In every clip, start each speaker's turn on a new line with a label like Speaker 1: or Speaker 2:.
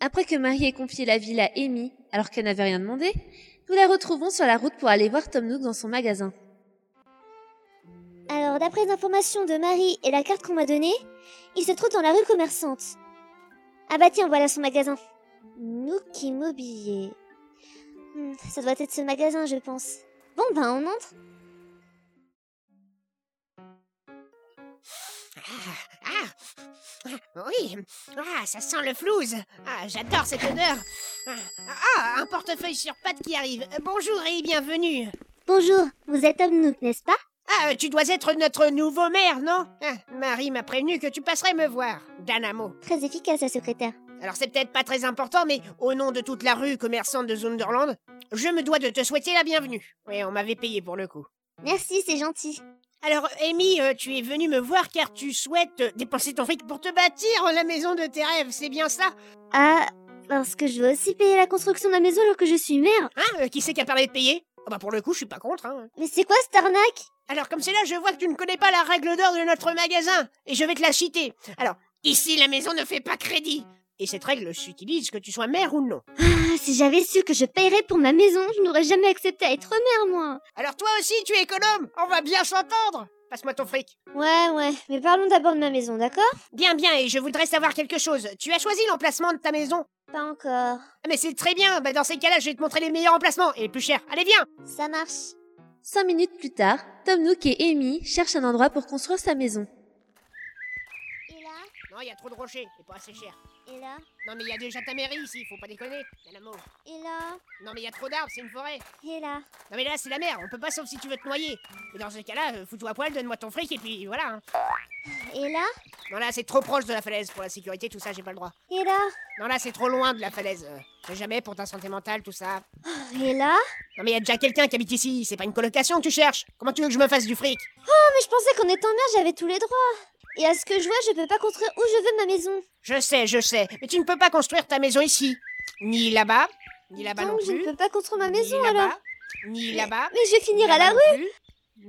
Speaker 1: Après que Marie ait confié la ville à Amy, alors qu'elle n'avait rien demandé, nous la retrouvons sur la route pour aller voir Tom Nook dans son magasin.
Speaker 2: Alors, d'après les informations de Marie et la carte qu'on m'a donnée, il se trouve dans la rue commerçante. Ah bah tiens, voilà son magasin. Nook Immobilier. Hmm, ça doit être ce magasin, je pense. Bon, ben, on entre.
Speaker 3: Ah, ah, oui, ah, ça sent le flouze. Ah, j'adore cette odeur. Ah, Ah, un portefeuille sur pattes qui arrive. Euh, Bonjour et bienvenue.
Speaker 2: Bonjour, vous êtes Tom Nook, n'est-ce pas
Speaker 3: Ah, euh, tu dois être notre nouveau maire, non Ah, Marie m'a prévenu que tu passerais me voir. Danamo.
Speaker 2: Très efficace, la secrétaire.
Speaker 3: Alors c'est peut-être pas très important, mais au nom de toute la rue commerçante de Zunderland, je me dois de te souhaiter la bienvenue. Oui, on m'avait payé pour le coup.
Speaker 2: Merci, c'est gentil.
Speaker 3: Alors, Amy, euh, tu es venue me voir car tu souhaites euh, dépenser ton fric pour te bâtir la maison de tes rêves, c'est bien ça
Speaker 2: Ah, parce que je veux aussi payer la construction de la maison alors que je suis mère.
Speaker 3: Hein Euh, Qui c'est qui a parlé de payer Ah Bah pour le coup, je suis pas contre, hein.
Speaker 2: Mais c'est quoi cette arnaque
Speaker 3: Alors comme c'est là, je vois que tu ne connais pas la règle d'or de notre magasin, et je vais te la citer. Alors, ici, la maison ne fait pas crédit. Et cette règle s'utilise que tu sois mère ou non.
Speaker 2: Ah, si j'avais su que je paierais pour ma maison, je n'aurais jamais accepté à être mère, moi.
Speaker 3: Alors toi aussi, tu es économe, on va bien s'entendre. Passe-moi ton fric.
Speaker 2: Ouais, ouais, mais parlons d'abord de ma maison, d'accord
Speaker 3: Bien, bien, et je voudrais savoir quelque chose. Tu as choisi l'emplacement de ta maison
Speaker 2: Pas encore.
Speaker 3: Ah, Mais c'est très bien, bah dans ces cas-là, je vais te montrer les meilleurs emplacements, et les plus chers. Allez, viens
Speaker 2: Ça marche.
Speaker 1: Cinq minutes plus tard, Tom Nook et Amy cherchent un endroit pour construire sa maison.
Speaker 2: Et là
Speaker 3: Non, il y a trop de rochers, c'est pas assez cher.
Speaker 2: Et là
Speaker 3: Non, mais il y a déjà ta mairie ici, faut pas déconner. Nanamo.
Speaker 2: Et là
Speaker 3: Non, mais il y a trop d'arbres, c'est une forêt.
Speaker 2: Et là
Speaker 3: Non mais là c'est la mer, on peut pas sauf si tu veux te noyer. Mais dans ce cas-là, euh, fous-toi à poil, donne-moi ton fric et puis voilà. hein.
Speaker 2: Et là
Speaker 3: Non là c'est trop proche de la falaise pour la sécurité, tout ça j'ai pas le droit.
Speaker 2: Et là
Speaker 3: Non là c'est trop loin de la falaise. euh, sais jamais pour ta santé mentale, tout ça.
Speaker 2: Et là Ah,
Speaker 3: Non mais y a déjà quelqu'un qui habite ici, c'est pas une colocation que tu cherches. Comment tu veux que je me fasse du fric
Speaker 2: Ah, mais je pensais qu'en étant mère, j'avais tous les droits. Et à ce que je vois, je peux pas construire où je veux ma maison.
Speaker 3: Je sais, je sais, mais tu ne peux pas construire ta maison ici. Ni là-bas, ni là-bas non
Speaker 2: Donc, je ne
Speaker 3: plus.
Speaker 2: peux pas construire ma
Speaker 3: ni
Speaker 2: maison,
Speaker 3: là-bas,
Speaker 2: alors.
Speaker 3: Ni là-bas.
Speaker 2: Mais je vais finir à la rue,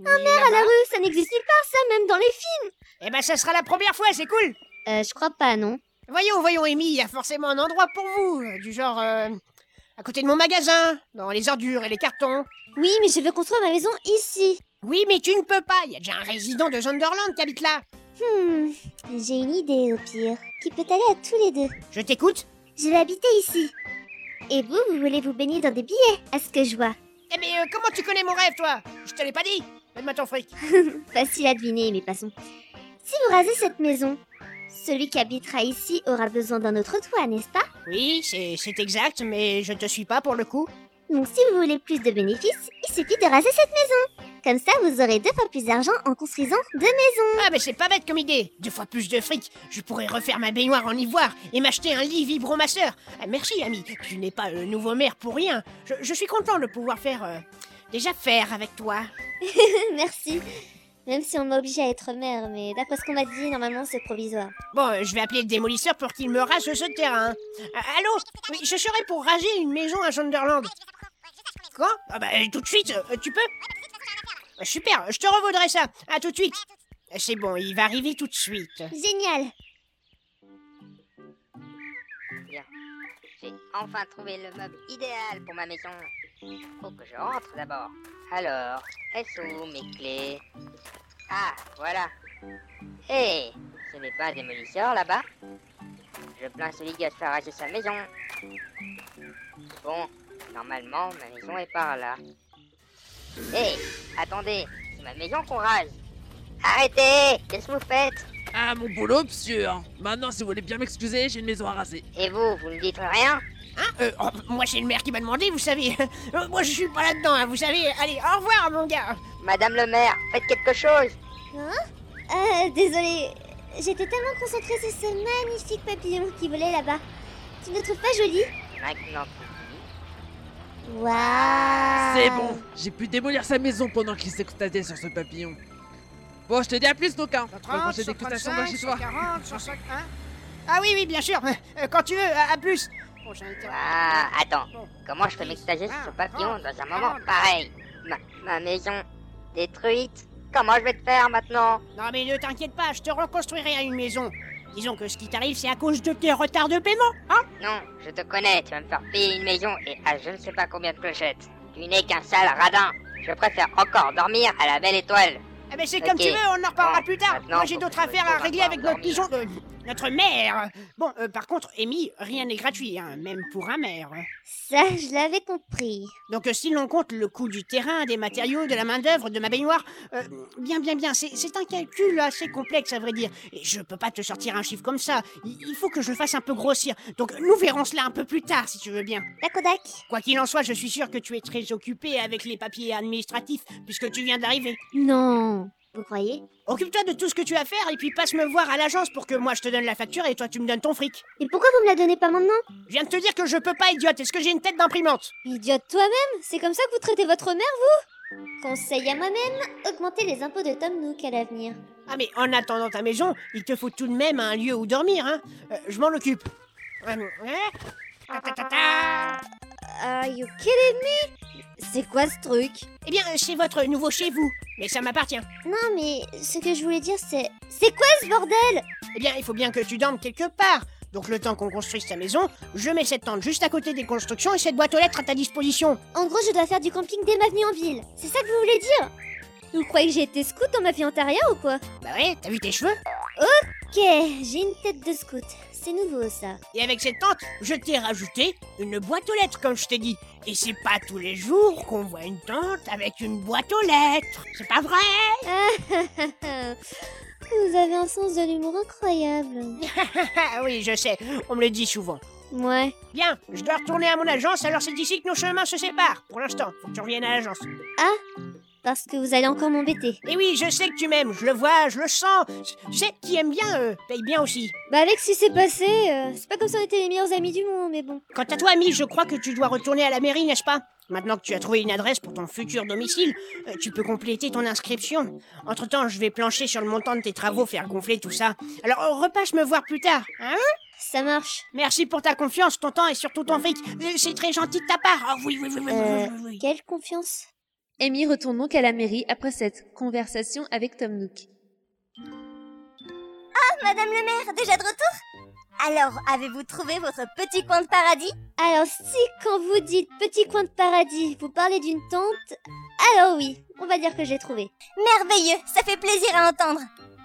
Speaker 3: Un maire
Speaker 2: à la rue, ça n'existe nulle part, ça, même dans les films.
Speaker 3: Eh ben ça sera la première fois, c'est cool
Speaker 2: Euh, je crois pas, non.
Speaker 3: Voyons, voyons, Amy, il y a forcément un endroit pour vous, euh, du genre euh, à côté de mon magasin, dans les ordures et les cartons.
Speaker 2: Oui, mais je veux construire ma maison ici.
Speaker 3: Oui, mais tu ne peux pas, il y a déjà un résident de Zonderland qui habite là.
Speaker 2: Hmm, j'ai une idée au pire, qui peut aller à tous les deux.
Speaker 3: Je t'écoute
Speaker 2: Je vais habiter ici. Et vous, vous voulez vous baigner dans des billets, à ce que je vois.
Speaker 3: Eh mais euh, comment tu connais mon rêve, toi Je te l'ai pas dit Donne-moi ton fric.
Speaker 2: Facile à deviner, mais passons. Si vous rasez cette maison, celui qui habitera ici aura besoin d'un autre toit, n'est-ce pas
Speaker 3: Oui, c'est c'est exact, mais je te suis pas pour le coup.
Speaker 2: Donc si vous voulez plus de bénéfices, il suffit de raser cette maison. Comme ça, vous aurez deux fois plus d'argent en construisant deux maisons.
Speaker 3: Ah, mais c'est pas bête comme idée Deux fois plus de fric, je pourrais refaire ma baignoire en ivoire et m'acheter un lit vibromasseur. Ah, merci, ami, tu n'es pas le nouveau maire pour rien. Je, je suis content de pouvoir faire... euh, déjà faire avec toi.
Speaker 2: Merci. Même si on m'a obligé à être mère, mais d'après ce qu'on m'a dit, normalement c'est provisoire.
Speaker 3: Bon, euh, je vais appeler le démolisseur pour qu'il me rase ce terrain. Euh, allô Oui, je serai pour raser une maison à Sunderland. Quoi Ah bah, euh, tout de suite, euh, tu peux Euh, Super, je te revaudrai ça. À tout de suite. Euh, C'est bon, il va arriver tout de suite.
Speaker 2: Génial
Speaker 4: J'ai enfin trouvé le meuble idéal pour ma maison. Faut que je rentre d'abord. Alors, elles sont où mes clés Ah, voilà. Hé, ce n'est pas un démolisseur là-bas Je plains celui qui a fait arracher sa maison. Bon, normalement, ma maison est par là. Hé, attendez, c'est ma maison qu'on rase. Arrêtez Qu'est-ce que vous faites
Speaker 5: Ah, mon boulot, monsieur hein. Maintenant, si vous voulez bien m'excuser, j'ai une maison à raser.
Speaker 4: Et vous, vous ne dites rien
Speaker 3: Euh, oh, moi, c'est le maire qui m'a demandé, vous savez. Euh, moi, je suis pas là-dedans, hein, vous savez. Allez, au revoir, mon gars.
Speaker 4: Madame le maire, faites quelque chose
Speaker 2: Euh, désolée, j'étais tellement concentrée sur ce magnifique papillon qui volait là-bas. Tu ne le trouves pas joli
Speaker 4: Maintenant,
Speaker 2: Waouh
Speaker 5: C'est bon, j'ai pu démolir sa maison pendant qu'il s'extasiait sur ce papillon. Bon, je te dis à plus, donc, hein. Faut manger des crustaceons dans chez toi.
Speaker 3: 140, 150, hein Ah oui, oui, bien sûr. Euh, quand tu veux, à, à plus. Bon, j'ai un terrain.
Speaker 4: Ah, attends, comment je peux m'extasier sur ce papillon dans un moment pareil ma, ma maison détruite Comment je vais te faire maintenant
Speaker 3: Non mais ne t'inquiète pas, je te reconstruirai une maison. Disons que ce qui t'arrive, c'est à cause de tes retards de paiement, hein
Speaker 4: Non, je te connais, tu vas me faire payer une maison et à je ne sais pas combien de clochettes. Tu n'es qu'un sale radin. Je préfère encore dormir à la belle étoile.
Speaker 3: Eh ben c'est
Speaker 4: Ok.
Speaker 3: comme tu veux, on en reparlera
Speaker 4: Bon,
Speaker 3: plus tard.
Speaker 4: maintenant,
Speaker 3: Moi j'ai
Speaker 4: faut
Speaker 3: d'autres
Speaker 4: que je
Speaker 3: affaires
Speaker 4: trouve
Speaker 3: à
Speaker 4: un
Speaker 3: régler
Speaker 4: coin
Speaker 3: avec
Speaker 4: où
Speaker 3: notre
Speaker 4: dormir.
Speaker 3: pigeon, euh, notre mère. Bon, euh, par contre, Amy, rien n'est gratuit, hein, même pour un maire.
Speaker 2: Ça, je l'avais compris.
Speaker 3: Donc euh, si l'on compte le coût du terrain, des matériaux, de la main-d'œuvre, de ma baignoire, euh, bien, bien, bien, c'est c'est un calcul assez complexe à vrai dire. Et je peux pas te sortir un chiffre comme ça. Il, il faut que je le fasse un peu grossir. Donc nous verrons cela un peu plus tard si tu veux bien.
Speaker 2: La Kodak
Speaker 3: Quoi qu'il en soit, je suis sûr que tu es très occupé avec les papiers administratifs puisque tu viens d'arriver.
Speaker 2: Non. Vous croyez
Speaker 3: Occupe-toi de tout ce que tu as à faire et puis passe me voir à l'agence pour que moi je te donne la facture et toi tu me donnes ton fric.
Speaker 2: Mais pourquoi vous me la donnez pas maintenant
Speaker 3: Je viens de te dire que je peux pas, idiote. Est-ce que j'ai une tête d'imprimante
Speaker 2: Idiote toi-même C'est comme ça que vous traitez votre mère, vous Conseil à moi-même, augmentez les impôts de Tom Nook à l'avenir.
Speaker 3: Ah mais en attendant ta maison, il te faut tout de même un lieu où dormir, hein. Euh, je m'en occupe. Euh, hein Ta, ta, ta, ta.
Speaker 2: Are you kidding me C'est quoi ce truc
Speaker 3: Eh bien, c'est votre nouveau chez vous, mais ça m'appartient.
Speaker 2: Non mais ce que je voulais dire c'est... C'est quoi ce bordel
Speaker 3: Eh bien, il faut bien que tu dormes quelque part. Donc le temps qu'on construise ta maison, je mets cette tente juste à côté des constructions et cette boîte aux lettres à ta disposition.
Speaker 2: En gros je dois faire du camping dès ma venue en ville. C'est ça que vous voulez dire Vous croyez que j'ai été scout dans ma vie antérieure ou quoi
Speaker 3: Bah ouais, t'as vu tes cheveux
Speaker 2: Ok, j'ai une tête de scout. C'est nouveau ça.
Speaker 3: Et avec cette tente, je t'ai rajouté une boîte aux lettres, comme je t'ai dit. Et c'est pas tous les jours qu'on voit une tente avec une boîte aux lettres. C'est pas vrai
Speaker 2: vous avez un sens de l'humour incroyable.
Speaker 3: Ah oui, je sais, on me le dit souvent.
Speaker 2: Ouais.
Speaker 3: Bien, je dois retourner à mon agence, alors c'est d'ici que nos chemins se séparent. Pour l'instant, faut que tu reviennes à l'agence.
Speaker 2: Parce que vous allez encore m'embêter.
Speaker 3: Et oui, je sais que tu m'aimes, je le vois, je le sens. Tu sais, qui aime bien, euh, paye bien aussi.
Speaker 2: Bah avec ce qui s'est passé, euh, c'est pas comme si on était les meilleurs amis du monde, mais bon.
Speaker 3: Quant à toi, ami, je crois que tu dois retourner à la mairie, n'est-ce pas Maintenant que tu as trouvé une adresse pour ton futur domicile, euh, tu peux compléter ton inscription. Entre-temps, je vais plancher sur le montant de tes travaux, faire gonfler tout ça. Alors, euh, repasse me voir plus tard, hein
Speaker 2: Ça marche.
Speaker 3: Merci pour ta confiance, ton temps et surtout ton fric. Euh, C'est très gentil de ta part. Oh oui, oui, oui, oui, oui, oui, oui.
Speaker 2: Quelle confiance.
Speaker 1: Amy retourne donc à la mairie après cette conversation avec Tom Nook.
Speaker 6: Madame le maire, déjà de retour Alors, avez-vous trouvé votre petit coin de paradis
Speaker 2: Alors si quand vous dites petit coin de paradis, vous parlez d'une tente, alors oui, on va dire que j'ai trouvé.
Speaker 6: Merveilleux, ça fait plaisir à entendre.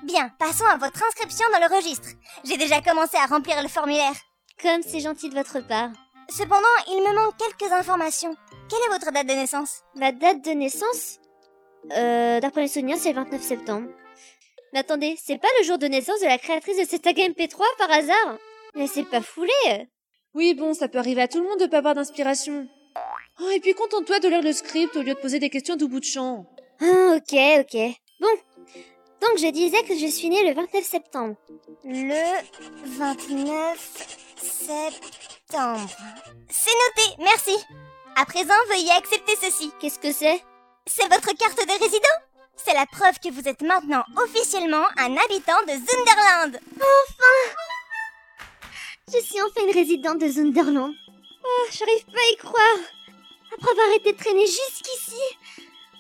Speaker 6: Bien, passons à votre inscription dans le registre. J'ai déjà commencé à remplir le formulaire.
Speaker 2: Comme c'est gentil de votre part.
Speaker 6: Cependant, il me manque quelques informations. Quelle est votre date de naissance
Speaker 2: Ma date de naissance Euh, d'après les souvenirs, c'est le 29 septembre. Mais attendez, c'est pas le jour de naissance de la créatrice de cette saga MP3 par hasard Mais c'est pas foulé
Speaker 1: Oui, bon, ça peut arriver à tout le monde de pas avoir d'inspiration. Oh, et puis contente-toi de lire le script au lieu de poser des questions tout bout de champ.
Speaker 2: Ah, ok, ok. Bon. Donc je disais que je suis née le 29 septembre.
Speaker 6: Le 29 septembre. C'est noté, merci. À présent, veuillez accepter ceci.
Speaker 2: Qu'est-ce que c'est
Speaker 6: C'est votre carte de résident C'est la preuve que vous êtes maintenant officiellement un habitant de Zunderland
Speaker 2: Je suis enfin une résidente de Zunderland. Oh, j'arrive pas à y croire. Après avoir été traînée jusqu'ici,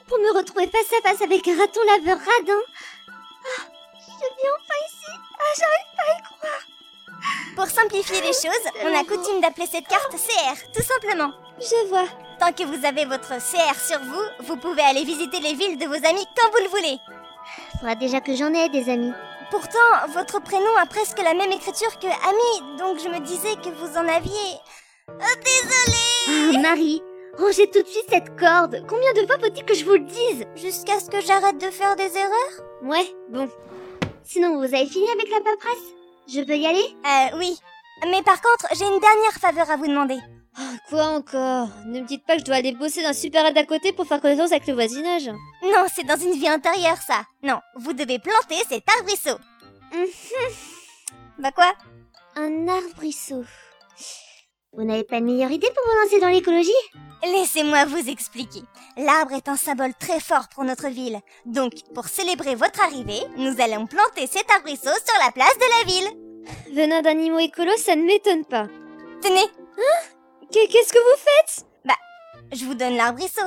Speaker 2: pour me retrouver face à face avec un raton laveur radin. Ah, je viens enfin ici. Ah, j'arrive pas à y croire.
Speaker 6: Pour simplifier les choses, on a coutume d'appeler cette carte CR, tout simplement.
Speaker 2: Je vois.
Speaker 6: Tant que vous avez votre CR sur vous, vous pouvez aller visiter les villes de vos amis quand vous le voulez.
Speaker 2: Faudra déjà que j'en ai des amis.
Speaker 6: Pourtant, votre prénom a presque la même écriture que Ami, donc je me disais que vous en aviez. Oh, désolée
Speaker 2: Ah, Marie, rangez tout de suite cette corde. Combien de fois faut-il que je vous le dise
Speaker 6: Jusqu'à ce que j'arrête de faire des erreurs
Speaker 2: Ouais, bon. Sinon, vous avez fini avec la paperasse Je peux y aller
Speaker 6: Euh, oui. Mais par contre, j'ai une dernière faveur à vous demander.
Speaker 2: Ah, Quoi encore Ne me dites pas que je dois aller bosser dans le super d'à côté pour faire connaissance avec le voisinage.
Speaker 6: Non, c'est dans une vie intérieure, ça. Non, vous devez planter cet arbrisseau. bah quoi
Speaker 2: Hum, Un arbrisseau. Vous n'avez pas de meilleure idée pour vous lancer dans l'écologie
Speaker 6: Laissez-moi vous expliquer. L'arbre est un symbole très fort pour notre ville. Donc, pour célébrer votre arrivée, nous allons planter cet arbrisseau sur la place de la ville.
Speaker 2: Venant d'animaux écolos, ça ne m'étonne pas. Hein?
Speaker 6: Tenez,
Speaker 2: Qu'est- Qu'est-ce que vous faites
Speaker 6: je vous donne l'arbrisseau.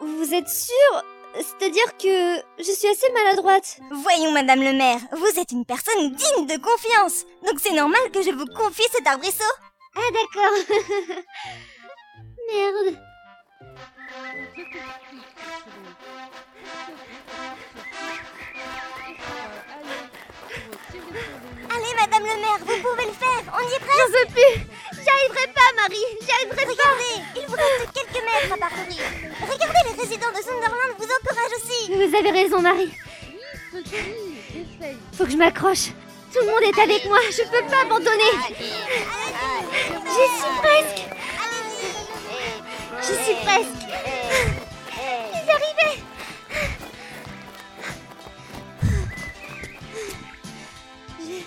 Speaker 2: Vous êtes sûr C'est-à-dire que je suis assez maladroite.
Speaker 6: Voyons, Madame le maire, vous êtes une personne digne de confiance. Donc c'est normal que je vous confie cet arbrisseau.
Speaker 2: Ah d'accord. Merde.
Speaker 6: Allez, Madame le maire, vous pouvez le faire. On y est presque.
Speaker 2: J'en peux plus. J'y arriverai pas, Marie. J'y arriverai
Speaker 6: Regardez, il vous reste quelques mètres à parcourir. Regardez, les résidents de Sunderland vous encouragent aussi.
Speaker 2: Vous avez raison, Marie. Faut que je m'accroche. Tout le monde est avec moi. Je peux pas abandonner.
Speaker 4: Allez, allez,
Speaker 2: J'y suis presque. J'y suis presque. Ils arrivaient. J'ai-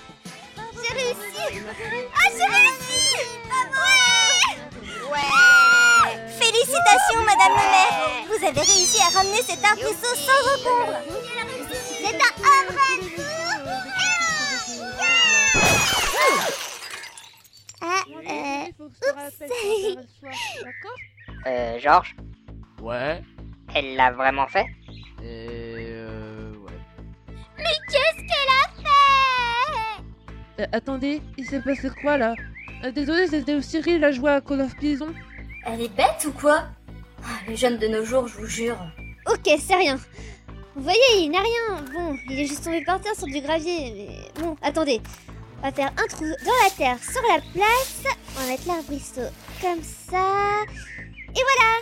Speaker 2: J'ai réussi. Ah, j'ai réussi. Ouais.
Speaker 4: ouais
Speaker 6: Félicitations, Madame le maire. Vous avez réussi à ramener cet arbrisseau sans encombre.
Speaker 2: C'est un euh, Ah, euh,
Speaker 4: Euh, Georges,
Speaker 5: Ouais.
Speaker 4: elle l'a vraiment fait
Speaker 5: Et euh, ouais.
Speaker 2: qu'est-ce qu'elle a fait
Speaker 7: Euh, attendez, il s'est passé quoi là Euh, Désolé, c'était Cyril la joie à Call of Prison.
Speaker 8: Elle est bête ou quoi Ah, Les jeunes de nos jours, je vous jure.
Speaker 2: Ok, c'est rien. Vous voyez, il n'a rien. Bon, il est juste tombé par terre sur du gravier. Mais bon, attendez. On va faire un trou dans la terre sur la place. On va mettre l'arbrisseau comme ça. Et voilà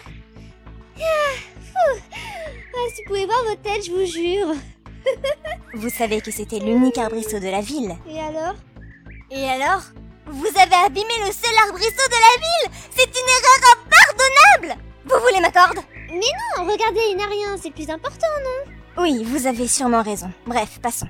Speaker 2: Ah, fou. Ah, si vous pouvez voir vos têtes, je vous jure.
Speaker 6: Vous savez que c'était l'unique arbrisseau de la ville.
Speaker 2: Et alors
Speaker 6: Et alors Vous avez abîmé le seul arbrisseau de la ville C'est une erreur impardonnable Vous voulez ma corde
Speaker 2: Non, Oh, regardez, il n'a rien. C'est le plus important.
Speaker 6: Oui, vous avez sûrement raison. Bref, passons.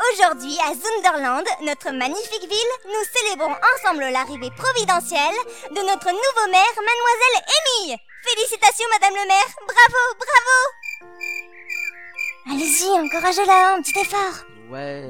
Speaker 6: Aujourd'hui, à Zunderland, notre magnifique ville, nous célébrons ensemble l'arrivée providentielle de notre nouveau maire, Mademoiselle Émile Félicitations, Madame le maire Bravo, bravo Allez-y, encouragez-la, un petit effort
Speaker 5: Ouais.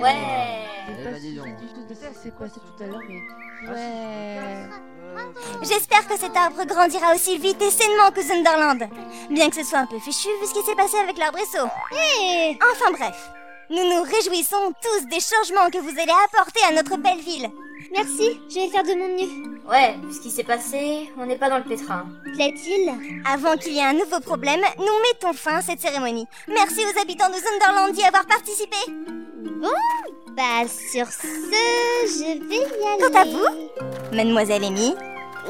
Speaker 8: Ouais.
Speaker 5: Eh
Speaker 7: J'ai
Speaker 5: ben,
Speaker 7: pas
Speaker 5: dis donc.
Speaker 7: suivi du tout de ça, c'est quoi c'est tout à l'heure, mais. Ouais.
Speaker 6: J'espère que cet arbre grandira aussi vite et sainement que Zunderland. Bien que ce soit un peu fichu vu ce qui s'est passé avec l'arbrisseau.
Speaker 2: Hé
Speaker 6: Enfin bref, nous nous réjouissons tous des changements que vous allez apporter à notre belle ville.
Speaker 2: Merci, je vais faire de mon mieux.
Speaker 8: Ouais, vu ce qui s'est passé, on n'est pas dans le pétrin.
Speaker 2: Plaît-il
Speaker 6: Avant qu'il y ait un nouveau problème, nous mettons fin à cette cérémonie. Merci aux habitants de Zunderland d'y avoir participé.
Speaker 2: Bah sur ce, je vais y aller.
Speaker 6: Quant à Mademoiselle Amy,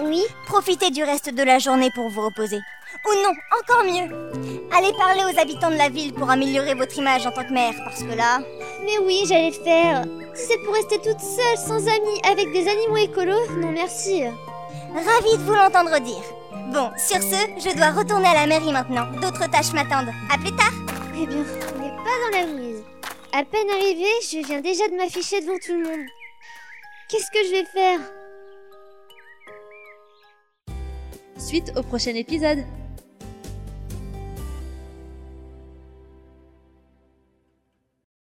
Speaker 2: Oui,
Speaker 6: profitez du reste de la journée pour vous reposer. Ou non, encore mieux. Allez parler aux habitants de la ville pour améliorer votre image en tant que maire, parce que là...
Speaker 2: mais oui, j'allais le faire. Si c'est pour rester toute seule, sans amis, avec des animaux écolos, non merci. Eh
Speaker 6: Ravi de vous l'entendre dire. Bon, sur ce, je dois retourner à la mairie maintenant. D'autres tâches m'attendent. À plus tard.
Speaker 2: Eh bien, on n'est pas dans la mouise. À peine arrivée, je viens déjà de m'afficher devant tout le monde. Qu'est-ce que je vais faire
Speaker 1: Suite au prochain épisode.